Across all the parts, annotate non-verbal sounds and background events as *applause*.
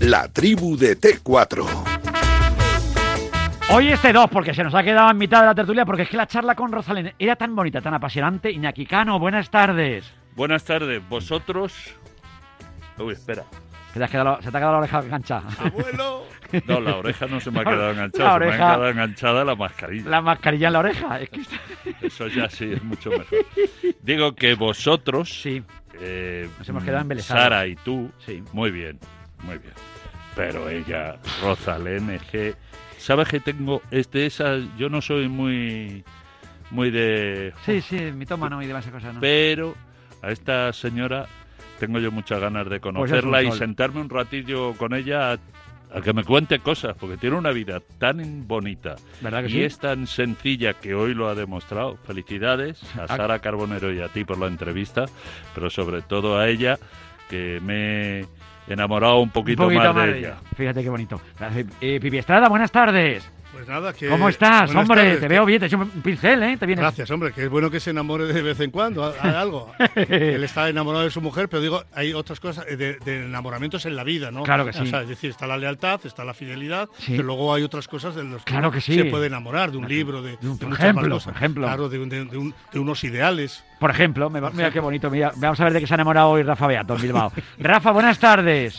La tribu de T4. Hoy este 2, porque se nos ha quedado en mitad de la tertulia, porque es que la charla con Rosalén era tan bonita, tan apasionante. Iñaki Cano, buenas tardes. Buenas tardes, vosotros. Uy, espera. Se te, has quedado- se te ha quedado la oreja enganchada. Abuelo. No, la oreja no se me ha *laughs* La quedado enganchada, se me oreja. ha quedado enganchada la *laughs* mascarilla. La mascarilla en la oreja. Es que está- Eso ya sí es mucho mejor. Digo que vosotros, Sí, eh, Nos hemos quedado mm, embelesados. Sara y tú, sí. muy bien, muy bien. Pero ella, Rosalén, es que sabes que tengo es de esas, yo no soy muy muy de Sí, sí, mitómano y demás cosas, ¿no? pero a esta señora tengo yo muchas ganas de conocerla y Pues sol. sentarme un ratillo con ella a, a que me cuente cosas, porque tiene una vida tan bonita ¿Verdad que y sí? es tan sencilla que hoy lo ha demostrado. Felicidades a Ah. Sara Carbonero y a ti por la entrevista, pero sobre todo a ella, que me he enamorado un Un poquito, poquito más, más de ella. Fíjate qué bonito. Eh, Pipi Estrada, buenas tardes. Pues nada, que. ¿Cómo estás, Buenas hombre? tardes, te que- veo bien, te he hecho un pincel, ¿eh? Te vienes. Gracias, hombre, que es bueno que se enamore de vez en cuando, a- *laughs* a algo. Él está enamorado de su mujer, pero digo, hay otras cosas eh, de, de enamoramientos en la vida, ¿no? Claro que sí. O sea, es decir, está la lealtad, está la fidelidad, Sí. pero luego hay otras cosas de las Claro que sí. se puede enamorar, de un libro, de, de un- de por muchas ejemplo, más cosas. por ejemplo. Claro, de, un- de un- de un- de unos ideales. Por ejemplo, me va- mira qué bonito. mira, vamos a ver de qué se ha enamorado hoy Rafa Beato en Bilbao. Rafa, buenas tardes.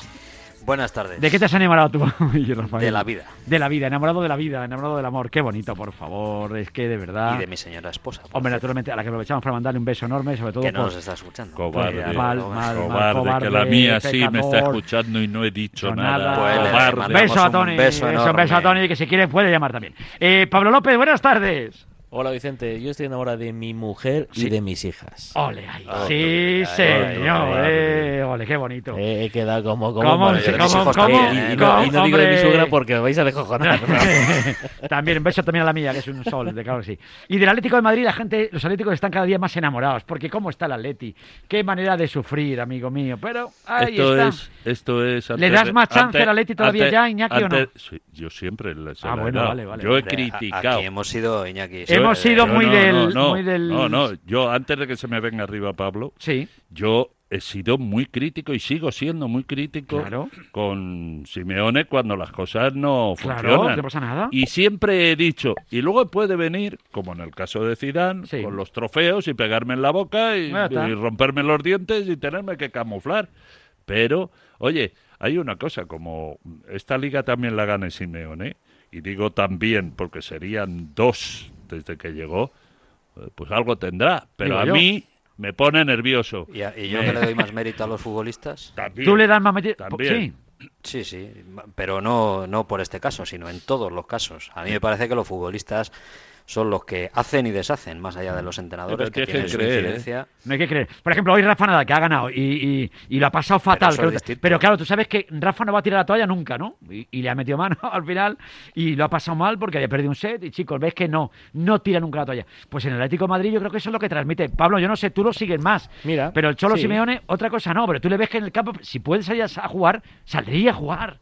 Buenas tardes. ¿De qué te has enamorado tú *laughs* hoy, Rafa? De la vida De la vida, enamorado de la vida, enamorado del amor. Qué bonito, por favor. Es que de verdad. y de mi señora esposa. por Ah. Hombre, cierto, naturalmente, a la que aprovechamos para mandarle un beso enorme, sobre todo que no por. nos está escuchando. Cobarde, Porque, mal, bueno, mal, mal, cobarde, que la cobarde, mía sí me está pecador. escuchando y no he dicho No, nada. nada. Pues le Cobarde. mandamos beso a un Tony. beso beso, enorme. beso a Tony, que si quiere puede llamar también. Eh, Pablo López, buenas tardes. Hola Vicente, yo estoy enamorada de mi mujer Sí. Oh, y de mis hijas. Ole, ahí. Ole, sí, ahí, señor. ole. eh, ole, qué bonito. Eh, He quedado como como ¿Cómo? madre. sí, Y- mis ¿Cómo? hijos ¿Cómo? también, y, eh, no, y no digo de mi Hombre. sugra porque os vais a descojonar. *laughs* también, un beso también a la mía, que es un sol, de claro que sí. Y del Atlético de Madrid, la gente, los atléticos están cada día más enamorados, porque cómo está el Atleti, qué manera de sufrir, amigo mío. Pero ahí esto está. es, esto es. ¿Le das más chance al Atleti todavía ya, Iñaki, o no? sí, yo siempre le se Ah, la he bueno, dado. vale, vale. Ah, Yo he hombre, a- criticado. Aquí hemos sido Iñaki. Yo- Hemos sido yo muy *laughs* no, del- No, no, muy del- no, no, yo antes de que se me venga arriba Pablo, Sí, yo he sido muy crítico y sigo siendo muy crítico claro, con Simeone cuando las cosas no claro, funcionan. no pasa nada. Y siempre he dicho, y luego puede venir, como en el caso de Zidane, Sí. con los trofeos y pegarme en la boca y, Ya está. y romperme los dientes y tenerme que camuflar. Pero, oye, hay una cosa, como esta liga también la gane Simeone, y digo también porque serían dos desde que llegó, eh, pues algo tendrá. Pero Digo a yo. mí me pone nervioso. Y, a- y yo Me- que le doy más mérito a los futbolistas. También. Tú le das más meti- También. Sí. Sí, sí. Pero no, no por este caso, sino en todos los casos. A mí me parece que los futbolistas son los que hacen y deshacen, más allá de los entrenadores Pero que tienes que tienen su creer, ¿eh? incidencia. No hay que creer. Por ejemplo, hoy Rafa Nadal, que ha ganado y, y- y lo ha pasado fatal. eso Pero, es distinto. pero claro, tú sabes que Rafa no va a tirar la toalla nunca, ¿no? Y, y le ha metido mano *laughs* al final y lo ha pasado mal porque había perdido un set. Y chicos, ves que no, no tira nunca la toalla. Pues en el Atlético de Madrid yo creo que eso es lo que transmite. Pablo, yo no sé, tú lo sigues más. Mira, Pero el Cholo sí. Simeone, otra cosa no. Pero tú le ves que en el campo, si puedes salir a a jugar, saldría a jugar.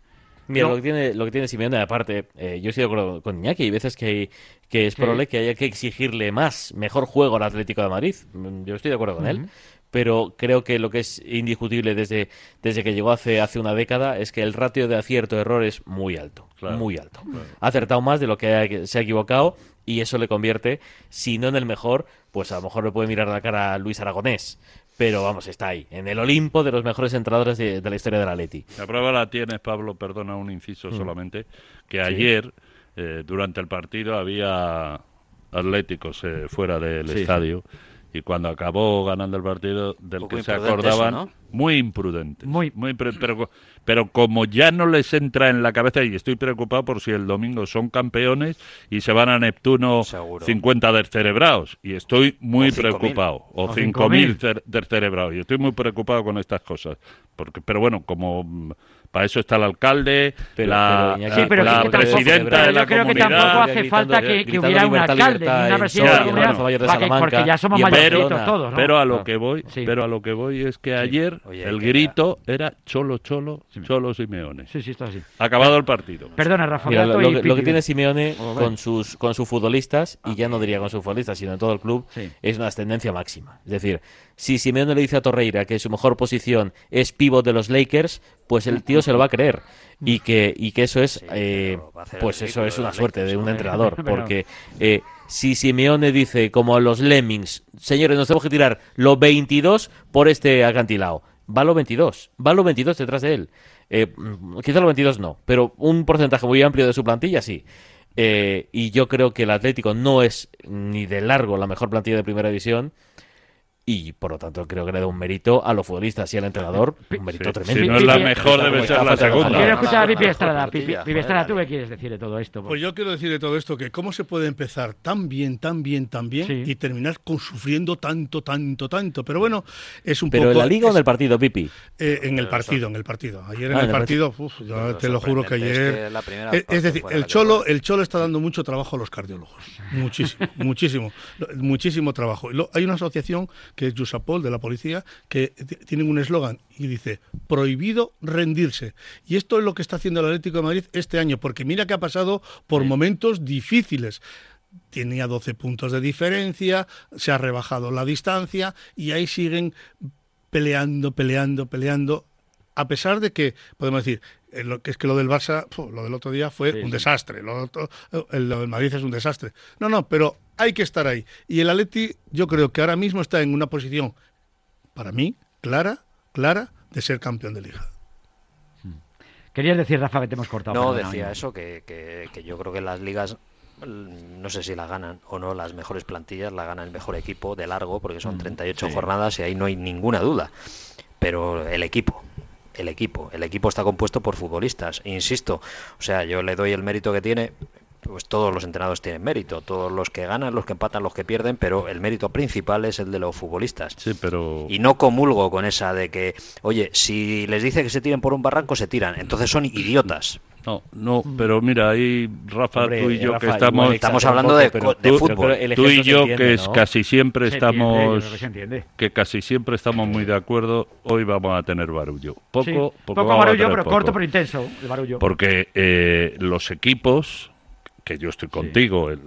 Mira, No. lo que tiene, lo que tiene Simeone, aparte, eh, yo estoy de acuerdo con Iñaki, hay veces que, que es Sí. probable que haya que exigirle más, mejor juego al Atlético de Madrid. Mm, Yo estoy de acuerdo con él. Pero creo que lo que es indiscutible desde, desde que llegó hace, hace una década es que el ratio de acierto-error es muy alto. Claro, muy alto. Ha acertado más de lo que ha- se ha equivocado y eso le convierte, si no en el mejor, pues a lo mejor le puede mirar la cara a Luis Aragonés. Pero vamos, está ahí, en el Olimpo de los mejores entrenadores de, de la historia del Atleti. La prueba la tienes, Pablo, perdona un inciso solamente, que ayer, eh, durante el partido, había atléticos eh, fuera del Sí. estadio y cuando acabó ganando el partido, del Poco que se imprudente acordaban, eso, ¿no? muy imprudente. Muy. pero, pero como ya no les entra en la cabeza, y estoy preocupado por si el domingo son campeones y se van a Neptuno Seguro. 50 descerebrados, y estoy muy O 5.000. preocupado, o O 5.000 cer- descerebrados, y estoy muy preocupado con estas cosas. Porque, pero bueno, como mm, para eso está el alcalde, Pero- la, pero, Iñaki, Sí, pero la que- que tampoco- presidenta pero de la yo creo que comunidad. tampoco hace Gritando- falta que, que gritando hubiera un libertad, alcalde, libertad una en versión Soria, de la en comunidad, Plaza Mayor de para que- Salamanca porque ya somos y en mayorcitos Barcelona. todos, ¿no? Pero a lo Ah. que voy, Sí. pero a lo que voy es que ayer Oye, el que ya- grito era cholo, cholo, cholo Simeone. Sí, sí, esto es así. Acabado el partido. Perdona, Rafa. Mira, lo, Beato lo y que, lo que Pipi. tiene Simeone Hombre. con sus, con sus futbolistas, y ya no diría con sus futbolistas, sino en todo el club, Sí. es una ascendencia máxima. Es decir, si Simeone le dice a Torreira que su mejor posición es pívot de los Lakers, pues el tío se lo va a creer. Mm. Y que, y que eso es, Sí, eh, pero va a hacer pues el eso ridículo es de una los suerte de Lakers, un ¿no? entrenador. Pero- Porque eh, si Simeone dice, como a los Lemmings, señores, nos tenemos que tirar los 22 por este acantilado. Va los 22, va los 22 detrás de él. Eh, mm, quizá los 22 no, pero un porcentaje muy amplio de su plantilla sí. Eh, y yo creo que el Atlético no es ni de largo la mejor plantilla de primera división. Y por lo tanto, creo que le da un mérito a los futbolistas y al entrenador. Un mérito Sí, tremendo. si no es la mejor, debe Está ser la falta de segunda. Quiero ojalá. escuchar a Pipi Mejor Estrada. plantilla, Pipi Pipi joder, Estrada, ¿tú dale. qué quieres decir de todo esto? Pues yo quiero decir de todo esto que cómo se puede empezar tan bien, tan bien, tan bien Sí. y terminar con sufriendo tanto, tanto, tanto. Pero bueno, es un Pero poco en la liga o es- en el partido, Pipi. eh, en el Pero partido, en el partido. Ayer Ah, en en el el partido, uf, yo Pero lo te lo juro que sorprendente ayer es que la primera es, parte decir, fue la el que cholo, fue. el cholo está dando mucho trabajo a los cardiólogos. *laughs* Muchísimo, muchísimo, lo- muchísimo trabajo. Y lo- hay una asociación que es Yusapol de la policía que t- tienen un eslogan y dice prohibido rendirse. Y esto es lo que está haciendo el Atlético de Madrid este año, porque mira que ha pasado por momentos difíciles. Tenía 12 puntos de diferencia, se ha rebajado la distancia y ahí siguen peleando, peleando, peleando. A pesar de que, podemos decir, eh, lo que es que lo del Barça, fu, lo del otro día fue Sí, un sí. desastre, lo, otro- eh, lo del Madrid es un desastre. No, no, pero hay que estar ahí. Y el Atleti, yo creo que ahora mismo está en una posición, para mí, clara, clara, de ser campeón de liga. Querías decir, Rafa, que te hemos cortado. No, perdona. decía eso, que, que- que yo creo que las ligas, mm, no sé si la ganan o no, las mejores plantillas la gana el mejor equipo de largo, porque son 38 jornadas y ahí no hay ninguna duda. Pero el equipo, el equipo, el equipo está compuesto por futbolistas, insisto. O sea, yo le doy el mérito que tiene. Pues todos los entrenados tienen mérito, todos los que ganan, los que empatan, los que pierden, pero el mérito principal es el de los futbolistas. Sí, pero... Y no comulgo con esa de que, oye, si les dice que se tiren por un barranco, se tiran. Entonces son idiotas. No, no, pero mira, ahí Rafa, Hombre, eh, tú y yo Rafa, que estamos... igual estamos exagera un hablando de pero- co- de tú- fútbol. pero el tú y ejemplo se yo entiende, que es ¿no? casi siempre Se entiende, yo creo estamos... que se entiende. que casi siempre estamos muy de acuerdo, hoy vamos a tener barullo. Poco, Sí. poco, Poco vamos a barullo, tener pero poco. corto pero intenso. El barullo. Porque eh, los equipos, que yo estoy contigo, el,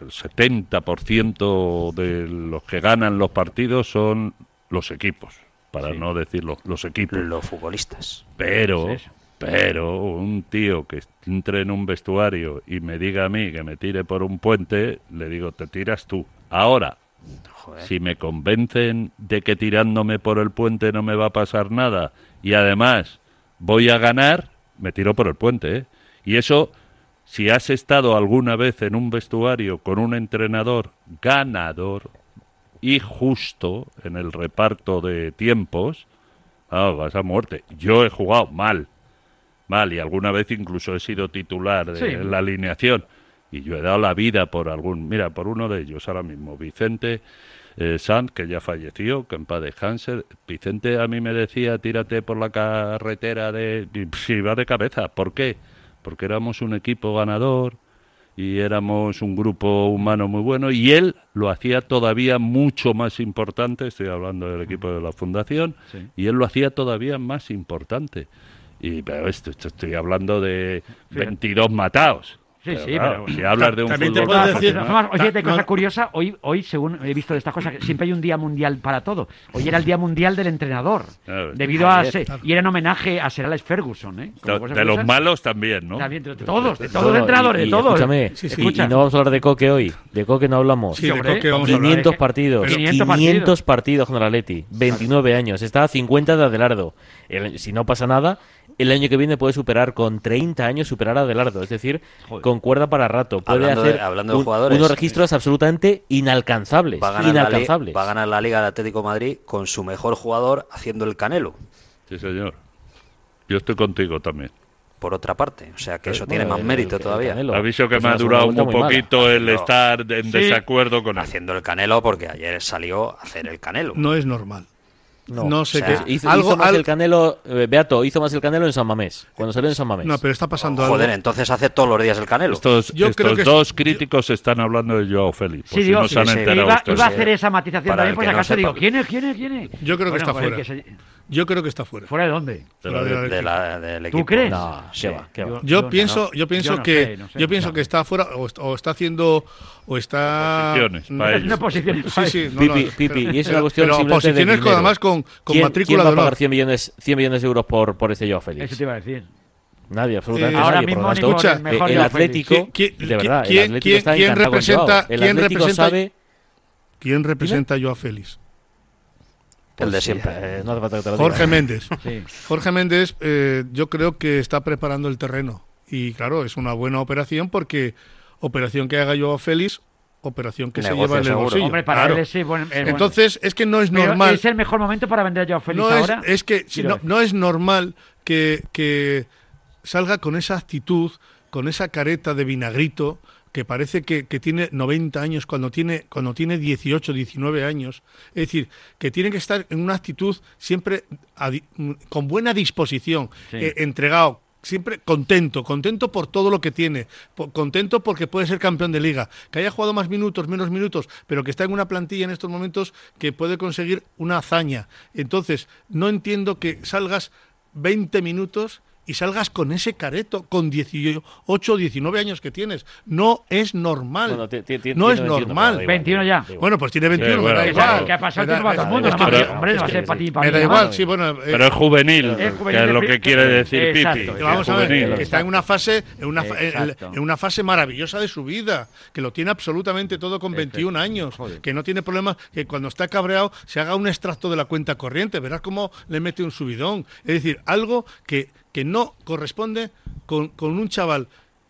el 70% de los que ganan los partidos son los equipos, para Sí. no decir los, los equipos. Los futbolistas. Pero, Es eso. pero un tío que entre en un vestuario y me diga a mí que me tire por un puente, le digo, te tiras tú. Ahora, Joder. si me convencen de que tirándome por el puente no me va a pasar nada y además voy a ganar, me tiro por el puente. ¿eh? Y eso, si has estado alguna vez en un vestuario con un entrenador ganador y justo en el reparto de tiempos, ah, vas a muerte. Yo he jugado mal, mal y alguna vez incluso he sido titular de Sí. la alineación. Y yo he dado la vida por algún, mira, por uno de ellos ahora mismo, Vicente, eh, Sanz, que ya falleció, que en paz descanse. Vicente a mí me decía, tírate por la carretera de... y, pff, iba de cabeza. ¿Por qué? Porque éramos un equipo ganador y éramos un grupo humano muy bueno y él lo hacía todavía mucho más importante, estoy hablando del equipo de la fundación, Sí. y él lo hacía todavía más importante. Y pero esto, esto estoy hablando de 22 matados. Sí, sí, pero- si hablas de un También te fútbol puedo más decir- Ah, aficionado- Además, oye, de No, cosa no. curiosa, hoy, hoy, según he visto de estas cosas, que siempre hay un día mundial para todo. Hoy era el día mundial del entrenador. Claro. Debido a. Ayer, se- claro. y era en homenaje a Sir Alex Ferguson, ¿eh? Como De, cosa de los curiosa. malos también, ¿no? También, de todos, de todos Todo, los entrenadores, y- de y todos. Escúchame, Sí, sí. y- Escucha. y no vamos a hablar de Coque hoy. De Coque no hablamos. Sí, de hombre, Coque vamos a hablar. 500 Pero- partidos, Pero- 500 partidos, con el Atleti, 29 años, está a 50 de Adelardo. El- si no pasa nada, el año que viene puede superar con 30 años superar a Adelardo, es decir, con cuerda para rato, puede Hablando de- hacer hablando de jugadores, unos registros absolutamente inalcanzables, Va a, ganar la li- inalcanzables. va a ganar la Liga de Atlético de Madrid con su mejor jugador haciendo el canelo, Sí, señor. Yo estoy contigo también. por otra parte. O sea que eso tiene Eh, Bueno, más el- mérito el- el todavía. Canelo. Aviso que Pues me ha una segunda durado vuelta un muy mala. poquito el No. estar en Sí. desacuerdo con él. Haciendo el canelo porque ayer salió a hacer el canelo. No es normal. No, sé o sea, qué. Hizo, algo, hizo más al- el Canelo, eh, Beato, hizo más el Canelo en San Mamés, cuando salió en San Mamés. Pues, No, pero está pasando algo. Joder, entonces hace todos los días el canelo. Estos, Yo estos creo que es- dos críticos están hablando de Joao Félix. Por Pues si no se han sí, sí. enterado Iba, ustedes. iba a hacer esa matización Para también, el por que si no acaso sepa. digo, ¿quién es? ¿Quién es? ¿Quién es? Yo creo que está pues el fuera. se- Yo creo que está fuera. ¿Fuera de dónde? Te lo Fuera de la- digo. de la- del equipo. ¿Tú crees? No, qué va, qué va. Yo no, pienso, no. yo pienso no que, sé, no sé, yo pienso no. que está fuera o, est- o está haciendo o está. Posiciones, Mm, para ellos. Una posición Sí, sí. no, Pipi, no, pipi, y es una pero- cuestión pero simplemente de posiciones con, dinero. además con, con ¿Quién, matrícula quién va de a pagar honor. 100 millones, 100 millones de euros por, por ese Joao Eso Félix? te iba a decir. Nadie, absolutamente Eh, nadie. ahora por lo mismo ni tanto, con escucha, el mejor el Joao Atlético, Félix. ¿Quién- quién- de verdad, quién- el Atlético quién- está quién encantado con Joao. representa- El quién Atlético representa- sabe, ¿Quién representa yo a Félix? El de pues, siempre. eh, no hace falta que te lo diga. Jorge Méndez. Sí. Jorge Méndez, eh, yo creo que está preparando el terreno. Y claro, es una buena operación porque operación que haga yo a Félix, operación que Negocio se lleva en el seguro. bolsillo. Hombre, para Claro. él es, eh, bueno, eh, bueno. Entonces, es que no es Pero normal. Es el mejor momento para vender a Joao Félix no es, ahora. es que si quiero no, decir. no es normal que, que salga con esa actitud, con esa careta de vinagrito, que parece que, que tiene 90 años cuando tiene, cuando tiene 18, 19 años. Es decir, que tiene que estar en una actitud siempre a di- mm, con buena disposición, Sí. eh, entregado. Siempre contento, contento por todo lo que tiene, po- contento porque puede ser campeón de liga, que haya jugado más minutos, menos minutos, pero que está en una plantilla en estos momentos que puede conseguir una hazaña. Entonces, no entiendo que salgas 20 minutos y salgas con ese careto, con 18 o 19 años que tienes. No es normal. Bueno, ti- ti- ti- no es entiendo, entiendo, pero da normal. igual, 21 da ya. igual. Bueno, pues tiene 21, bueno, me da Que igual. sabe que ha pasado Me da- esto no va a todo el me mundo, da- no, pero- hombre, hombre, no va a ser sí, para ti sí. y para Me mí, da ¿no? igual, sí, bueno. eh, Pero es juvenil, Es juvenil que es de lo pri- que quiere decir Exacto, Pipi. que exacto. Vamos es a ver, juvenil. está en una fase, en una, fa- Exacto. en una fase maravillosa de su vida, que lo tiene absolutamente todo con 21 años, Joder. que no tiene problemas, que cuando está cabreado se haga un extracto de la cuenta corriente, verás cómo le mete un subidón. Es decir, algo que, que no corresponde con, con un chaval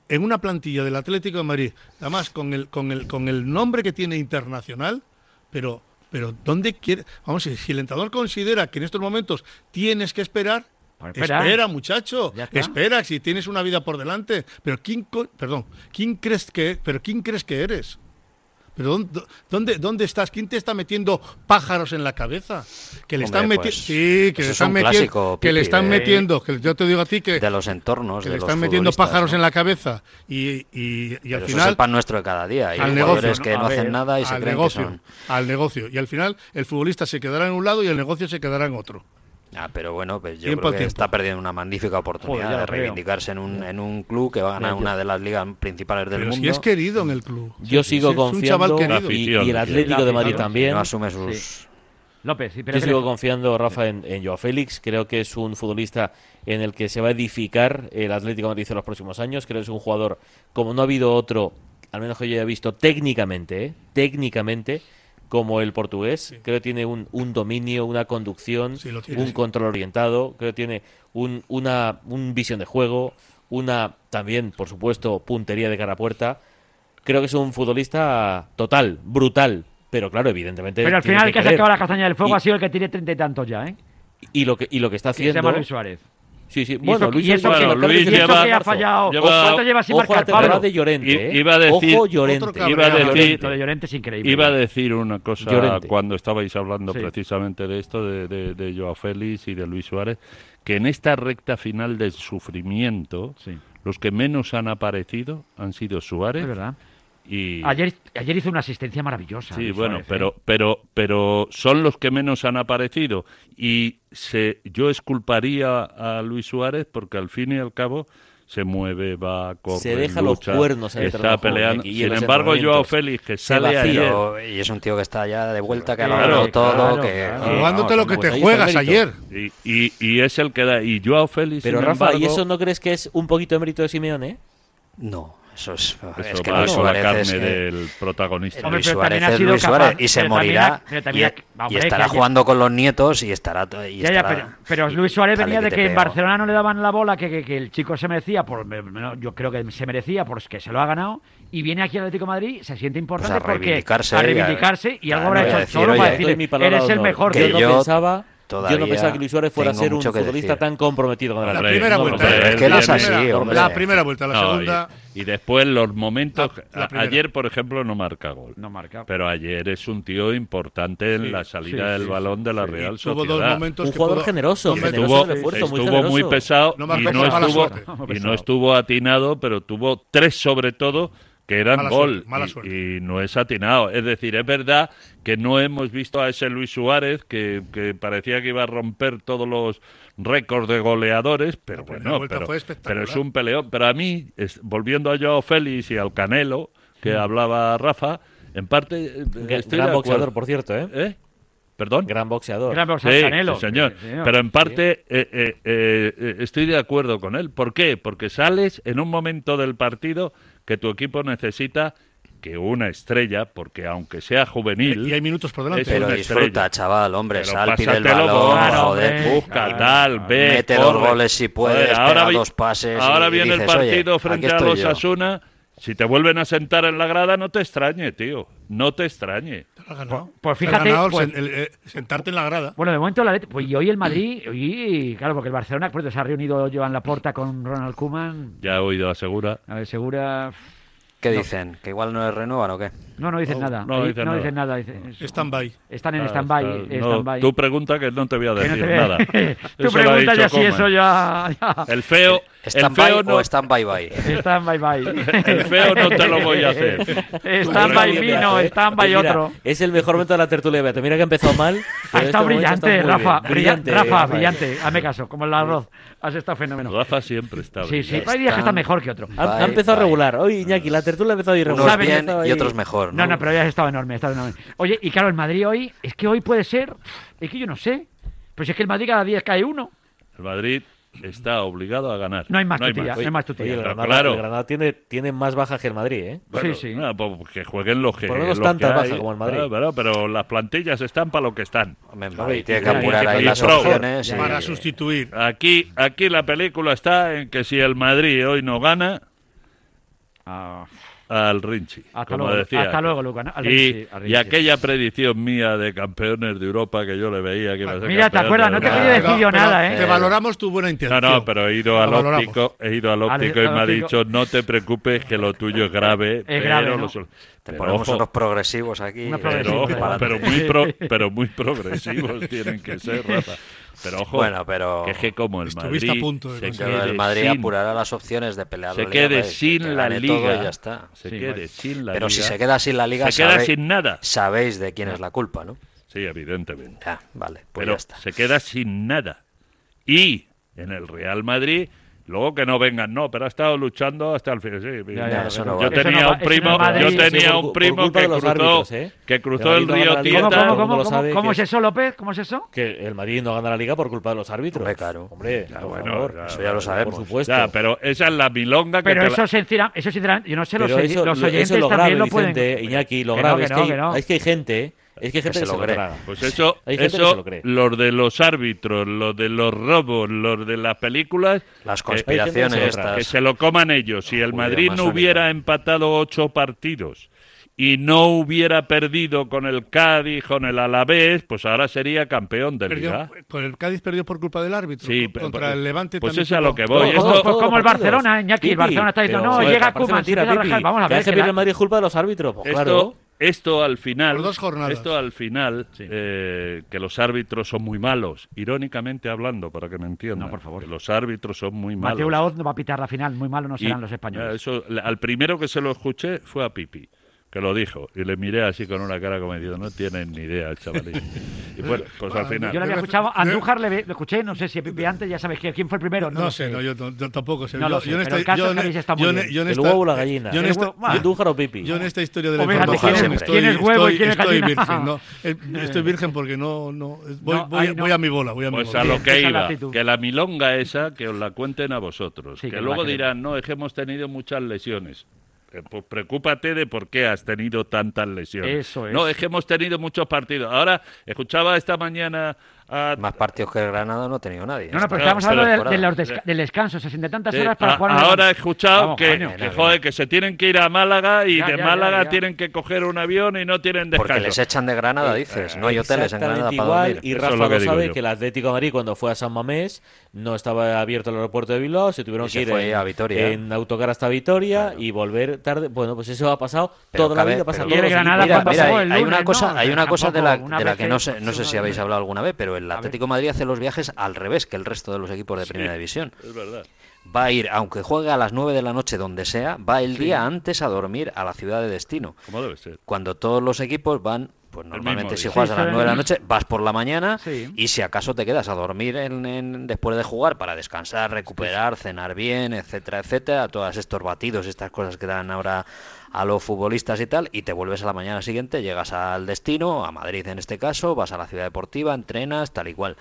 en una plantilla del Atlético de Madrid, además con el, con el, con el nombre que tiene internacional, pero... Pero ¿dónde quiere? Vamos, si si el entrenador considera que en estos momentos tienes que esperar, Pues espera. espera, muchacho, Ya está. espera, si tienes una vida por delante. Pero quién, co- perdón, quién crees que, pero quién crees que eres? Pero ¿dónde, dónde, dónde estás? ¿Quién te está metiendo pájaros en la cabeza? Que le Hombre, están metiendo, pues, sí, que eso le es están un metiendo, clásico, que le Pipi, están de- metiendo, que yo te digo a ti que, De los entornos. que de le los están metiendo futbolistas, pájaros ¿no? en la cabeza y, y- y al Pero Eso es final el pan nuestro de cada día. Hay al jugadores negocio, que ¿no? no A ver, hacen nada y se al creen que negocio, son. al negocio y al final el futbolista se quedará en un lado y el negocio se quedará en otro. Ah, pero bueno, pues yo Tiempo creo al que tiempo. está perdiendo una magnífica Joder, oportunidad ya lo de creo. reivindicarse en un, en un club que va a ganar Mira, yo- una de las ligas principales del Pero mundo. si es querido en el club. Yo Si sigo es un chaval confiando querido. La y, y afición. el Atlético de Madrid La que también. no asume sus. Sí. López, sí, pero Yo sigo confiando, Rafa, en, en Joao Félix. Creo que es un futbolista en el que se va a edificar el Atlético de Madrid en los próximos años. Creo que es un jugador, como no ha habido otro, al menos que yo haya visto técnicamente, ¿eh? técnicamente, como el portugués. Creo que tiene un, un dominio, una conducción, Sí, lo tiene, un sí. control orientado. Creo que tiene un, una un visión de juego, una también, por supuesto, puntería de cara a puerta. Creo que es un futbolista total, brutal. Pero claro, evidentemente. Pero al tienes final el que ha querer. sacado la castaña del fuego Y- ha sido el que tiene treinta y tantos ya, ¿eh? y lo que y lo que está Que se haciendo llama Luis Suárez. sí sí Y bueno eso- Luis y eso Suárez, que- bueno, Luis y eso lleva- que ha fallado. lleva- ¿Cuánto lleva sin ojo a la marcar, temporada Pablo? de Llorente I- ¿eh? iba a decir- ojo Llorente Otro Iba a cabreado. decir, Lo de Llorente es increíble. Iba a decir una cosa Llorente. cuando estabais hablando Sí. precisamente de esto, de, de, de Joao Félix y de Luis Suárez, que en esta recta final del sufrimiento, Sí, los que menos han aparecido han sido Suárez es verdad. y... Ayer, ayer hizo una asistencia maravillosa. Sí, Luis bueno, Suárez, pero, ¿eh? pero, pero son los que menos han aparecido. Y se, yo exculparía a Luis Suárez porque al fin y al cabo se mueve, va, corre, Se deja los lucha, cuernos en el terreno está de juego, peleando. Iñaki, y en Sin los embargo, Joao entrenamientos. Félix, que Se sale vacía. ayer... Pero- y es un tío que está ya de vuelta, que ha Claro, logrado todo. claro, que, claro. que, Jugándote no, lo que pues te ahí está el juegas mérito. ayer. Y, y, y es el que da. Y Joao Félix. pero sin Rafa y embargo, eso no crees que es un poquito de mérito de Simeone No, eso es. eso es que va Luis con la Suárez carne es que- del protagonista. Hombre, Luis pero Suárez también ha es sido Luis capaz, Suárez y se pero también ha- morirá pero también y- ha- vamos, y, es que estará ayer- jugando con los nietos y estará y Ya, ya, estará- pero, pero Luis Suárez Dale, venía de te que en pego. Barcelona no le daban la bola que, que- que el chico se merecía, por, me- me- yo creo que se merecía porque se lo ha ganado, y viene aquí al Atlético de Madrid, se siente importante Pues a porque reivindicarse a y a- reivindicarse y algo Claro, habrá voy a hecho el decir, solo oye, para doy decir, eres el mejor que yo de no yo- pensaba Todavía Yo no pensaba que Luis Suárez fuera a tengo ser un mucho que futbolista decir. tan comprometido con el La Atlético. primera no, vuelta. hombre, ¿eh? es que no la, es así, primera, hombre. la primera vuelta, la No, y- segunda. y, después los momentos. La- la a- primera. ayer, por ejemplo, no marca gol. No marca. Pero ayer es un tío importante en Sí, la salida sí, del sí, balón de la y Real tuvo dos Sociedad. momentos Un que jugador pudo- generoso, y generoso estuvo- del esfuerzo, muy estuvo muy generoso. pesado No y, marcó no por mala estuvo, *laughs* suerte. y no estuvo atinado, pero tuvo tres sobre todo que eran Mala gol suerte, mala y- suerte. y, no es atinado. Es decir, es verdad que no hemos visto a ese Luis Suárez que, que parecía que iba a romper todos los récords de goleadores, pero La primera bueno, vuelta pero, fue pero espectacular. es un peleón. Pero a mí, es- volviendo a Joao Félix y al Canelo, que hablaba Rafa, en parte... eh, Mm. Gran- estoy de gran acuerdo. boxeador, por cierto, ¿eh? ¿Eh? ¿Perdón? Gran boxeador. Gran boxeador, Sí, Pues Canelo. sí, señor. Sí, señor. Pero en parte eh, eh, eh, eh, estoy de acuerdo con él. ¿Por qué? Porque sales en un momento del partido que tu equipo necesita que una estrella, porque aunque sea juvenil, Y hay minutos por delante. Es Pero una disfruta, estrella. chaval, hombre. pero sal, pide el pásatelo, balón, claro, joder. hombre. busca, Claro. tal, ve, Mete los corre. goles si puedes, pega vi- dos pases Ahora y- y viene el dices, "Oye, partido aquí frente a estoy los yo". Asuna. Si te vuelven a sentar en la grada, no te extrañe, tío. No te extrañe. Te lo has ganado. pues Te has fíjate, ganado el pues- sen- el, eh, sentarte en la grada. Bueno, de momento la Leti, pues y hoy el Madrid, y claro, porque el Barcelona, por cierto, se ha reunido Joan Laporta con Ronald Koeman, Ya he oído asegura. a ver, segura, ¿Qué dicen? ¿Que igual no les renuevan o qué? no, no dicen nada, no Ahí dicen no nada. dicen nada, dicen- es- Stand-by. están en Ah, stand-by, está- no, stand-by. tú pregunta que no te voy a Que decir no te- nada. *laughs* Tú Eso lo ha preguntas dicho ya si Koeman. eso ya, *laughs* ya. El feo, el ¿Stand by feo, no, o stand *laughs* by by? Stand by by. El feo no te lo voy a hacer. *laughs* Stand by vino, stand by Mira, otro. Es el mejor momento de la tertulia de Beato. Mira que ha empezado mal. Ha estado pero este momento brillante, ha estado muy Rafa, bien. brillante, Rafa, Rafael. brillante. Hazme caso, como el arroz. Has estado fenómeno. Rafa siempre está Sí, sí, brillante. hay días que está mejor que otro. Ha, ha Bye, empezado a bye. regular. Hoy, Iñaki, la tertulia ha empezado irregular. Unos saben, bien Ha empezado y ahí- otros mejor. No, no, pero hoy has estado enorme, has estado enorme. Oye, y claro, el Madrid hoy, es que hoy puede ser, es que yo no sé. Pues es que el Madrid cada día cae uno. El Madrid está obligado a ganar. No hay más tutilla, no hay más Oye, el tutilla. Pero Granada, claro. el Granada tiene, tiene más bajas que el Madrid, ¿eh? Bueno, sí, sí. nada, pues que jueguen los que. Por lo menos los que tantas bajas hay. como el Madrid. Ah, pero, pero las plantillas están para lo que están. Hombre, en Hombre, Madrid tiene y- que apurar y- ahí y- las y- opciones. y- Para sustituir. Aquí, aquí la película está en que si el Madrid hoy no gana, Ah, al Rinchi. hasta, como luego, decía. hasta luego, Luca. ¿no? Al y, Rinchi, al y Rinchi. aquella predicción mía de campeones de Europa que yo le veía que iba a ser Pues Mira, ¿te campeón acuerdas? de No te Europa. quería decir yo pero nada, ¿eh? Te valoramos tu buena No, intención. no, pero he ido Te al valoramos. óptico, he ido al Al- óptico y al me ha óptico. dicho no te preocupes que lo tuyo es grave, pero grave, lo ¿no? sol-". Te Pero ponemos ojo, unos progresivos aquí. Unos eh, pero, progresivos, y ojo, para pero adelante. muy pro- *laughs* pero muy progresivos tienen que ser, Rafa. Pero ojo, Bueno, pero- que es que como el Estuviste Madrid a punto de se conseguir. Pero quede el Madrid sin, apurará las opciones de pelear se la Liga, quede ¿sabes? Que sin la gane todo liga, y ya está. se Sí, quede bueno. sin la Pero si liga, se queda sin la Liga, se queda sabe- sin nada. sabéis de quién es la culpa, ¿no? Sí, evidentemente. Ya, vale, pues ya pero está. se queda sin nada. Y en el Real Madrid, luego que no vengan, no, pero ha estado luchando hasta el final. Sí, Ya, ya, eso no yo vale. tenía Eso no va- un primo, eso no vale. Sí, yo sí, tenía por- un por primo culpa que de los cruzó, árbitros, ¿eh? que Pero cruzó ahí el no gana río la liga, ¿Cómo, cómo, Tieta. Todo el mundo cómo, lo cómo, sabe cómo que es es- eso, López? ¿Cómo es eso? Que el Madrid no gana la liga por culpa de los árbitros. Hombre, claro. Hombre, Ya, por bueno, favor. ya, Eso ya lo Por sabemos. supuesto. Ya, pero esa es la milonga que Pero te la- eso, sincera- eso sinceramente, yo no sé, los, Pero oy- eso, los lo- oyentes eso es lo grave, también lo pueden... Vicente, Iñaki, lo Que no, grave que es, no, que, que no. es que hay gente, es que hay gente se que se lo lo cree. traga. Pues eso, Hay gente que eso, se lo cree. los de los árbitros, los de los robos, los de las películas, Las que- conspiraciones que- estas. que se lo coman ellos. Si el Joder, Madrid más no sólido. hubiera empatado ocho partidos y no hubiera perdido con el Cádiz, con el Alavés, pues ahora sería campeón de Perdió- Liga. pues el Cádiz perdió por culpa del árbitro. Sí, co- pe- contra pe- el Levante pues también eso es a tuvo- lo que voy. Todo, Esto- todo, pues todos como los el partidos. Barcelona, Iñaki, el Pipi, Barcelona está diciendo, pero, no, joder, llega parece Koeman, se mentira, empieza a Pipi, rajar. Vamos a que ver, hace que bien la- el Madrid es culpa de los árbitros. Pues esto, claro. esto al final, Por dos jornadas. esto al final, eh, que los árbitros son muy malos, irónicamente hablando, para que me entiendan. No, por favor. que los árbitros son muy malos. Mateo Laoz no va a pitar la final, muy malo no Y, serán los eh, españoles. eso, le- al primero que se lo escuché fue a Pipi, que lo dijo. Y le miré así con una cara como diciendo, no tienen ni idea el chavalín. *laughs* y bueno, pues al final. Yo lo había escuchado, a Andújar le, ve- lo escuché, no sé si Pipi antes, ya sabes quién quién fue el primero. No, sé, no, yo, no- yo tampoco sé. No lo Yo- sé, yo en pero esta- el caso yo es en- que e- habéis estado yo muy en- bien. yo en El esta- huevo o la gallina. Yo en El esta- huevo- Buah. yo- Andújar o Pipi. Yo en esta historia de la O fíjate, información ¿quién- estoy, quién es huevo y estoy- quién es estoy gallina? *laughs* virgen, no, Eh, estoy virgen porque no, no eh, voy, No, voy- ahí no. voy a mi bola, voy a mi Pues bola. a lo Esa que es la iba, actitud. que la milonga esa, que os la cuenten a vosotros. Sí, que que luego la que- dirán, no, es que hemos tenido muchas lesiones. Eh, Pues preocúpate de por qué has tenido tantas lesiones. Eso es. No, es que hemos tenido muchos partidos. Ahora, escuchaba esta mañana a- Más partidos que el Granada no ha tenido nadie. No, no, Esta pero estamos hablando de, temporada. de los desca- del descanso, 60 y tantas Sí, horas para a- jugar. un- ahora he escuchado Vamos, que, coño. que, joder, que se tienen que ir a Málaga y Ya, de ya, Málaga ya, ya. tienen que coger un avión y no tienen descanso. Eh, Porque les echan de Granada, dices. Pues No hay hoteles en Granada Exactamente para igual, dormir. Y Eso Rafa es lo lo, que digo sabe, yo. que el Atlético de Madrid cuando fue a San Mamés no estaba abierto el aeropuerto de Bilbao, se Y tuvieron que se ir fue en, a Vitoria. en autocar hasta Vitoria y volver tarde. Bueno, pues eso ha pasado Pero toda la cabe- vida. Pasa pero- en todos Quiere los Granada equipos. cuando Mira, mira, pasó hay, el hay lunes, una ¿no? cosa, O sea, hay una cosa de la, tampoco, una de la vez que que- no sé, no sé si habéis hablado alguna vez, pero el ver. Atlético de Madrid hace los viajes al revés que el resto de los equipos de Primera División. Es verdad. Va a ir, aunque juegue a las 9 de la noche donde sea, va el día antes a dormir a la ciudad de destino. ¿Cómo debe ser? Cuando todos los equipos van, pues mismo normalmente si día. juegas Sí, a las suelen 9 de la ir. noche, vas por la mañana Sí. y si acaso te quedas a dormir en- en- después de jugar para descansar, recuperar, cenar bien, etcétera, etcétera, todos estos batidos, estas cosas que dan ahora a los futbolistas y tal, y te vuelves a la mañana siguiente, llegas al destino, a Madrid en este caso, vas a la ciudad deportiva, entrenas, tal y cual.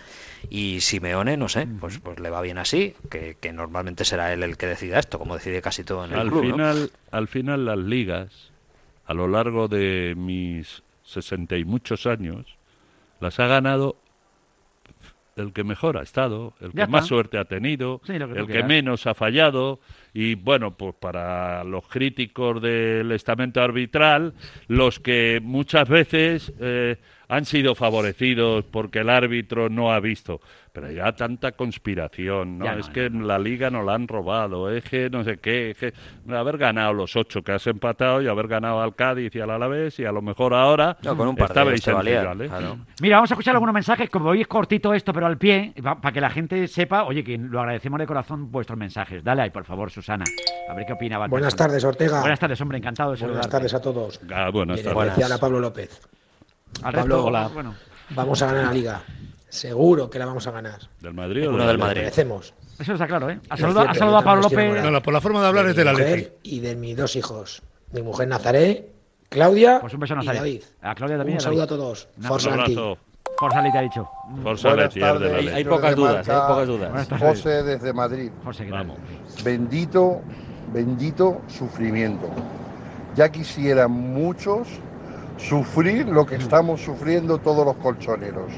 Y Simeone, no sé, pues, pues le va bien así, que, que normalmente será él el que decida esto, como decide casi todo en el Al club, ¿no? final, al final las ligas, a lo largo de mis sesenta y muchos años, las ha ganado el que mejor ha estado, el que Ya más está. suerte ha tenido, Sí, lo que tú el que quieras. menos ha fallado. Y bueno, pues para los críticos del estamento arbitral, los que muchas veces eh, han sido favorecidos porque el árbitro no ha visto. Pero ya tanta conspiración, ¿no? Ya no, es ya que no. en la liga no la han robado, es que no sé qué, es que haber ganado los ocho que has empatado y haber ganado al Cádiz y al Alavés y a lo mejor ahora No, con un par de estabais ellos te en valía, rival, ¿eh? claro. Mira, vamos a escuchar algunos mensajes, como hoy es cortito esto, pero al pie, para que la gente sepa, oye, que lo agradecemos de corazón vuestros mensajes. Dale ahí, por favor, Susana, a ver qué opina. Valverde. Buenas tardes, Ortega. Buenas tardes, hombre, encantado de Ah. Buenas saludarte. tardes a todos. Ah, buenas En tardes. especial a Pablo López. Al resto, Pablo, hola. hola. Bueno, Vamos a ganar la liga. Seguro que la vamos a ganar. ¿Del Madrid o Uno del Lo Madrid. merecemos. eso está claro, ¿eh? Ha Es saludado, ha cierto, saludado a yo Pablo también López. estoy No, la, por la forma de hablar es de del mi Atleti. mujer y de mis dos hijos. Mi mujer Nazaré, Claudia Pues un beso a y Nazaret. David. A Claudia también. y Un a saludo a David. todos. Un Forza Un Anti. abrazo. Forza Leti ha dicho. Mm, Forza Buenas Leti, es del tardes. Hay, Atleti. hay Los pocas de dudas, hay marca- pocas Buenas dudas. tardes. José desde Madrid. José, ¿qué tal? Vamos. Bendito, bendito sufrimiento. Ya quisieran muchos sufrir lo que estamos sufriendo todos los colchoneros.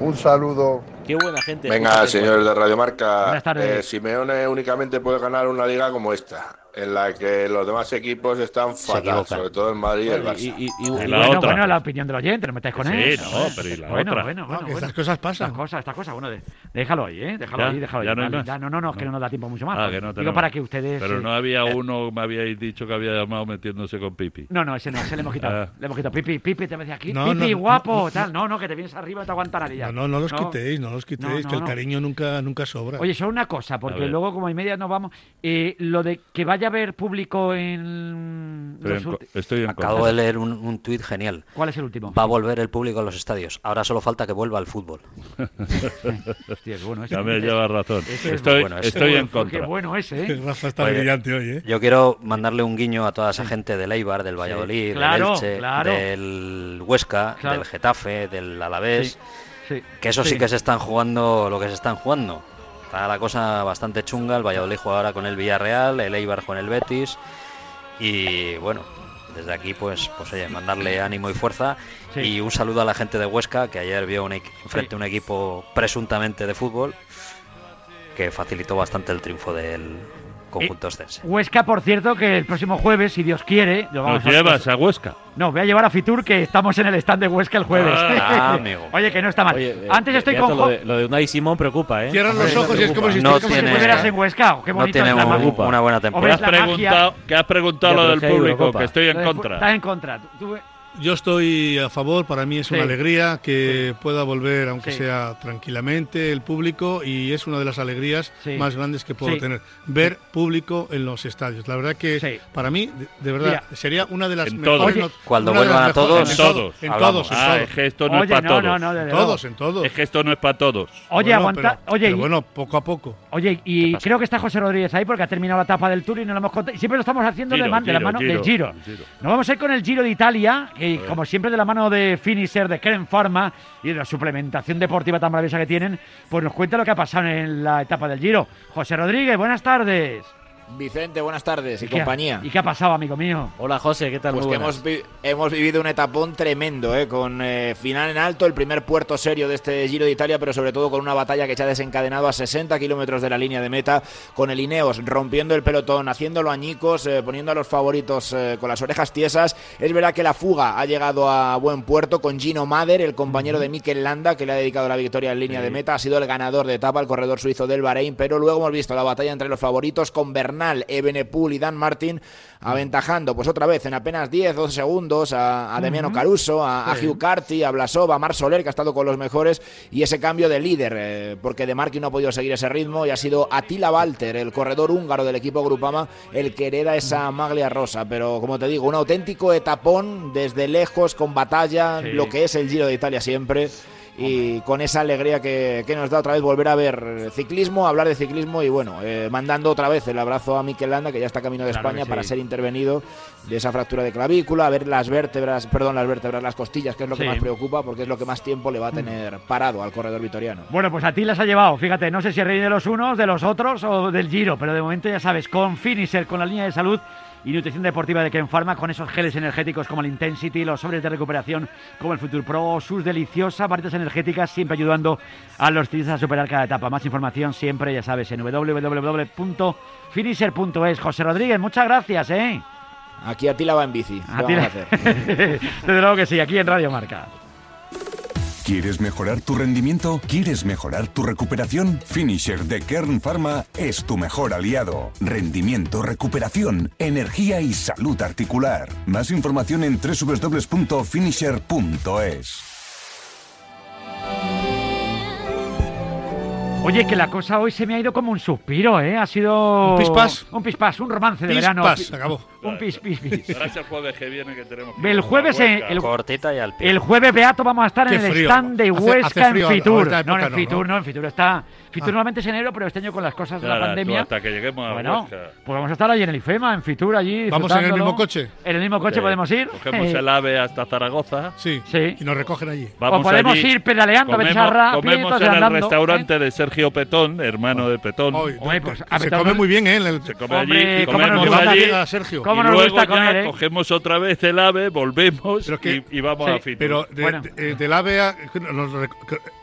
Un saludo. Qué buena gente. Venga, Escúchate, señores de Radio Marca, Buenas tardes. eh, Simeone únicamente puede ganar una liga como esta, en la que los demás equipos están fatal, equivocan. sobre todo el Madrid y el Y, Barça. y- y- y- Y La La bueno, otra. bueno, la opinión del oyente, no metáis con Sí, él. no, pero ¿y la bueno, otra? bueno, No, bueno, que bueno. Estas cosas pasan. Estas cosas, estas cosas, bueno, de- déjalo ahí, ¿eh? Déjalo ¿Ya? ahí, déjalo ¿Ya ahí. no hay Vale, más? ya, no, no, no, es que no nos da tiempo mucho más. Ah, que no Digo tenemos. para que ustedes. Pero eh, no había uno, me habíais dicho que había llamado metiéndose con Pipi. No, no, ese no, ese le hemos quitado. Ah. Le hemos quitado. Pipi, Pipi, te decía aquí. No, Pipi, no, guapo, no, no, tal. No, no, que te vienes arriba y te aguanta la liga. No, no, no los quitéis, no los quitéis, No, que no, el no. cariño nunca, nunca *laughs* sobra. Oye, solo una cosa, A porque ver. luego como y media nos vamos. Eh, lo de que vaya a haber público en... Estoy los en co- ulti- Estoy en Acabo contra. de leer un, un tuit genial. ¿Cuál es el último? Va a volver el público a los estadios. Ahora solo falta que vuelva al fútbol. Hostia, qué bueno ese. Ya me llevas razón. Ese es Estoy, bueno, ese estoy Qué en bueno, Qué contra. bueno ese, *laughs* ¿eh? Rafa está Oye, brillante hoy, ¿eh? Yo quiero mandarle un guiño a toda esa gente del Eibar, del Valladolid, claro, del Elche, claro. del Huesca, Claro. del Getafe, del Alavés. Sí, Que eso sí. que se están jugando lo que se están jugando. Está la cosa bastante chunga. El Valladolid juega ahora con el Villarreal, el Eibar con el Betis. Y bueno, desde aquí, pues, pues oye, mandarle ánimo y fuerza. Sí. Y un saludo a la gente de Huesca, que ayer vio un equ- enfrente a un equipo presuntamente de fútbol, que facilitó bastante el triunfo del conjunto ostense. Huesca, por cierto, que el próximo jueves, si Dios quiere, lo vamos Nos llevas a... a Huesca. No, voy a llevar a Fitur, que estamos en el stand de Huesca el jueves. *laughs* Ah, amigo. Oye, que no está mal. Oye, eh, Antes Be- estoy Beato, con... Lo Jo- de, lo de Unai Simón preocupa, ¿eh? Cierran los Hombre, ojos y es como si No estuvieras tiene- Estuvieras en Huesca, qué No bonito tiene es la un- magia. una buena ¿Qué Hombre, es temporada. has la magia. preguntado, ¿qué has preguntado Ya, lo pero del es que hay público? Eurocopa. Que estoy en Entonces, contra. Estás en contra. Tú- tú- Yo estoy a favor, para mí es una Sí. alegría que pueda volver, aunque Sí. sea tranquilamente, el público y es una de las alegrías Sí. más grandes que puedo Sí. tener. Ver público en los estadios. La verdad que Sí. para mí, de, de verdad, sería una de las en mejores. todos. not- Cuando una de las vuelvan a mejores- todos, en todos, en todos, hablamos. en Ah, todos. es que esto no Oye, es para no, todos. no, no, En desde todos, luego. en todos. Es que esto no es para todos. Oye, Bueno, aguanta. pero- oye, pero y- bueno, poco a poco. Oye, y creo que está José Rodríguez ahí porque ha terminado la etapa del Tour y no lo hemos contado. Y siempre lo estamos haciendo de, Giro, man- de la giro, mano del giro, Giro. giro. Nos vamos a ir con el Giro de Italia, y como siempre de la mano de Finisher, de Keren Pharma y de la suplementación deportiva tan maravillosa que tienen, pues nos cuenta lo que ha pasado en la etapa del Giro. José Rodríguez, buenas tardes. Vicente, buenas tardes y ¿Qué ha- compañía. ¿Y qué ha pasado, amigo mío? Hola José, ¿qué tal? Pues Muy que buenas. hemos, vi- hemos vivido un etapón tremendo, ¿eh? con eh, final en alto, el primer puerto serio de este Giro de Italia, pero sobre todo con una batalla que se ha desencadenado a 60 kilómetros de la línea de meta, con el Ineos rompiendo el pelotón, haciéndolo añicos, eh, poniendo a los favoritos eh, con las orejas tiesas. Es verdad que la fuga ha llegado a buen puerto con Gino Mader, el compañero de Mikel Landa, que le ha dedicado la victoria en línea de meta, ha sido el ganador de etapa, el corredor suizo del Bahrein, pero luego hemos visto la batalla entre los favoritos con Bernal, Ebenepool y Dan Martin aventajando, pues otra vez, en apenas 10, 12 segundos, a, a Demiano Caruso, a, a Hugh Carty, a Blasov, a Mar Soler, que ha estado con los mejores, y ese cambio de líder, eh, porque De Marqui no ha podido seguir ese ritmo, y ha sido Attila Walter, el corredor húngaro del equipo Grupama, el que hereda esa maglia rosa. Pero, como te digo, un auténtico etapón desde lejos, con batalla, Sí. lo que es el Giro de Italia siempre. Y con esa alegría que, que nos da otra vez volver a ver ciclismo, hablar de ciclismo y bueno, eh, mandando otra vez el abrazo a Mikel Landa, que ya está camino de Claro España que para sí. ser intervenido de esa fractura de clavícula, a ver las vértebras, perdón, las vértebras, las costillas, que es lo Sí. Mm. que más preocupa porque es lo que más tiempo le va a tener parado al corredor vitoriano. Bueno, pues a ti las ha llevado. Fíjate, no sé si el rey de los unos, de los otros o del giro, pero de momento ya sabes, con Finisher, con la línea de salud y nutrición deportiva de Ken Pharma, con esos geles energéticos como el Intensity, los sobres de recuperación como el Future Pro, o sus deliciosas barritas energéticas, siempre ayudando a los ciclistas a superar cada etapa. Más información siempre, ya sabes, en www.finisher.es. José Rodríguez, muchas gracias, ¿eh? Aquí a ti la va en bici. ¿qué A ti vamos la- a hacer? *laughs* Desde luego que sí, aquí en Radio Marca. ¿Quieres mejorar tu rendimiento? ¿Quieres mejorar tu recuperación? Finisher de Kern Pharma es tu mejor aliado. Rendimiento, recuperación, energía y salud articular. Más información en www.finisher.es. Oye, que la cosa hoy se me ha ido como un suspiro, ¿eh? Ha sido... Un pispás. Un pispás, un romance de Pis, verano. pas, se acabó. Un pis, pis, pis. Ahora es el jueves que viene que tenemos. que El ir a jueves, eh, Huesca. el- Cortita y al pie. El jueves, Beato, vamos a estar Qué en el frío. stand de Hace- Huesca hace frío en ahora- Fitur. ahorita de No, en época no, Fitur, ¿no? no, en Fitur está... Fitur Ah. normalmente es enero, pero este año con las cosas de Claro, la tú pandemia... hasta que lleguemos a Bueno, Huesca. pues vamos a estar ahí en el IFEMA, en Fitur, allí ¿Vamos en el disfrutándolo. mismo coche? En el mismo coche Eh, podemos ir. Cogemos Eh, el ave hasta Zaragoza. Sí. Sí. Y nos recogen allí. Vamos O Pues podemos allí, ir pedaleando, a comemos, Betisarra, comemos aprietos y en el andando, ¿eh? restaurante de Sergio Petón, hermano de Petón. Hoy, Hombre, no, pues, que se apretamos- come muy bien, ¿eh? En el- Se come Hombre, allí, cómo nos comemos gusta allí. que- a Sergio. cómo y nos luego gusta comer, ya eh? cogemos otra vez el ave, volvemos Pero que- y, y vamos Sí. a Fitur. Pero de, Bueno. de- del AVE a- nos rec-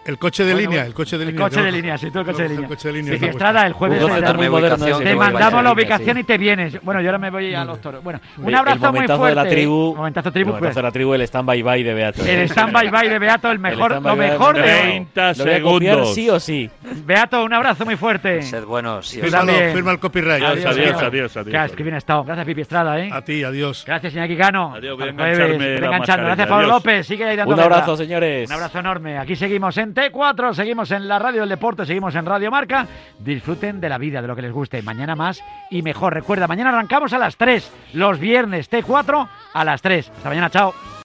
el coche de Bueno, línea, bueno. el coche de El línea. coche de tenemos- línea, sí, tú el coche de tenemos línea. El coche de Sí, línea. que está Estrada, el Un jueves... doce será- tan muy Darme moderno. ubicación, ese. Te Luego vais mandamos a la Rica, ubicación sí. y te vienes. Bueno, yo ahora me voy a los toros. Bueno, un El- abrazo el muy momentazo fuerte. ¿eh? de la tribu. Momentazo tribu, el momentazo de la tribu, el stand-by bye de Beato. pues. El stand-by bye de Beato, el mejor, stand-by lo bye mejor de Beato. hoy. 30 Lo voy a copiar segundos. sí o sí. Beato, un abrazo muy fuerte. Sed buenos. sí, Tú os Fírmalo, también. firma el copyright. Adiós, adiós, Adiós, adiós. Claro, es que bien ha estado. Gracias, Pipi Estrada, ¿eh? A ti, adiós. Gracias, señor Quicano. Adiós, voy a Hasta el jueves. engancharme Vete la enganchando. mascarilla. Gracias, Pablo Adiós. López. Sigue ahí dando Un guerra. abrazo, señores. Un abrazo enorme. Aquí seguimos en T4, seguimos en la radio del deporte, seguimos en Radio Marca. Disfruten de la vida, de lo que les guste. Mañana más y mejor. Recuerda, mañana arrancamos a las 3. Los viernes T4 a las 3. Hasta mañana, chao.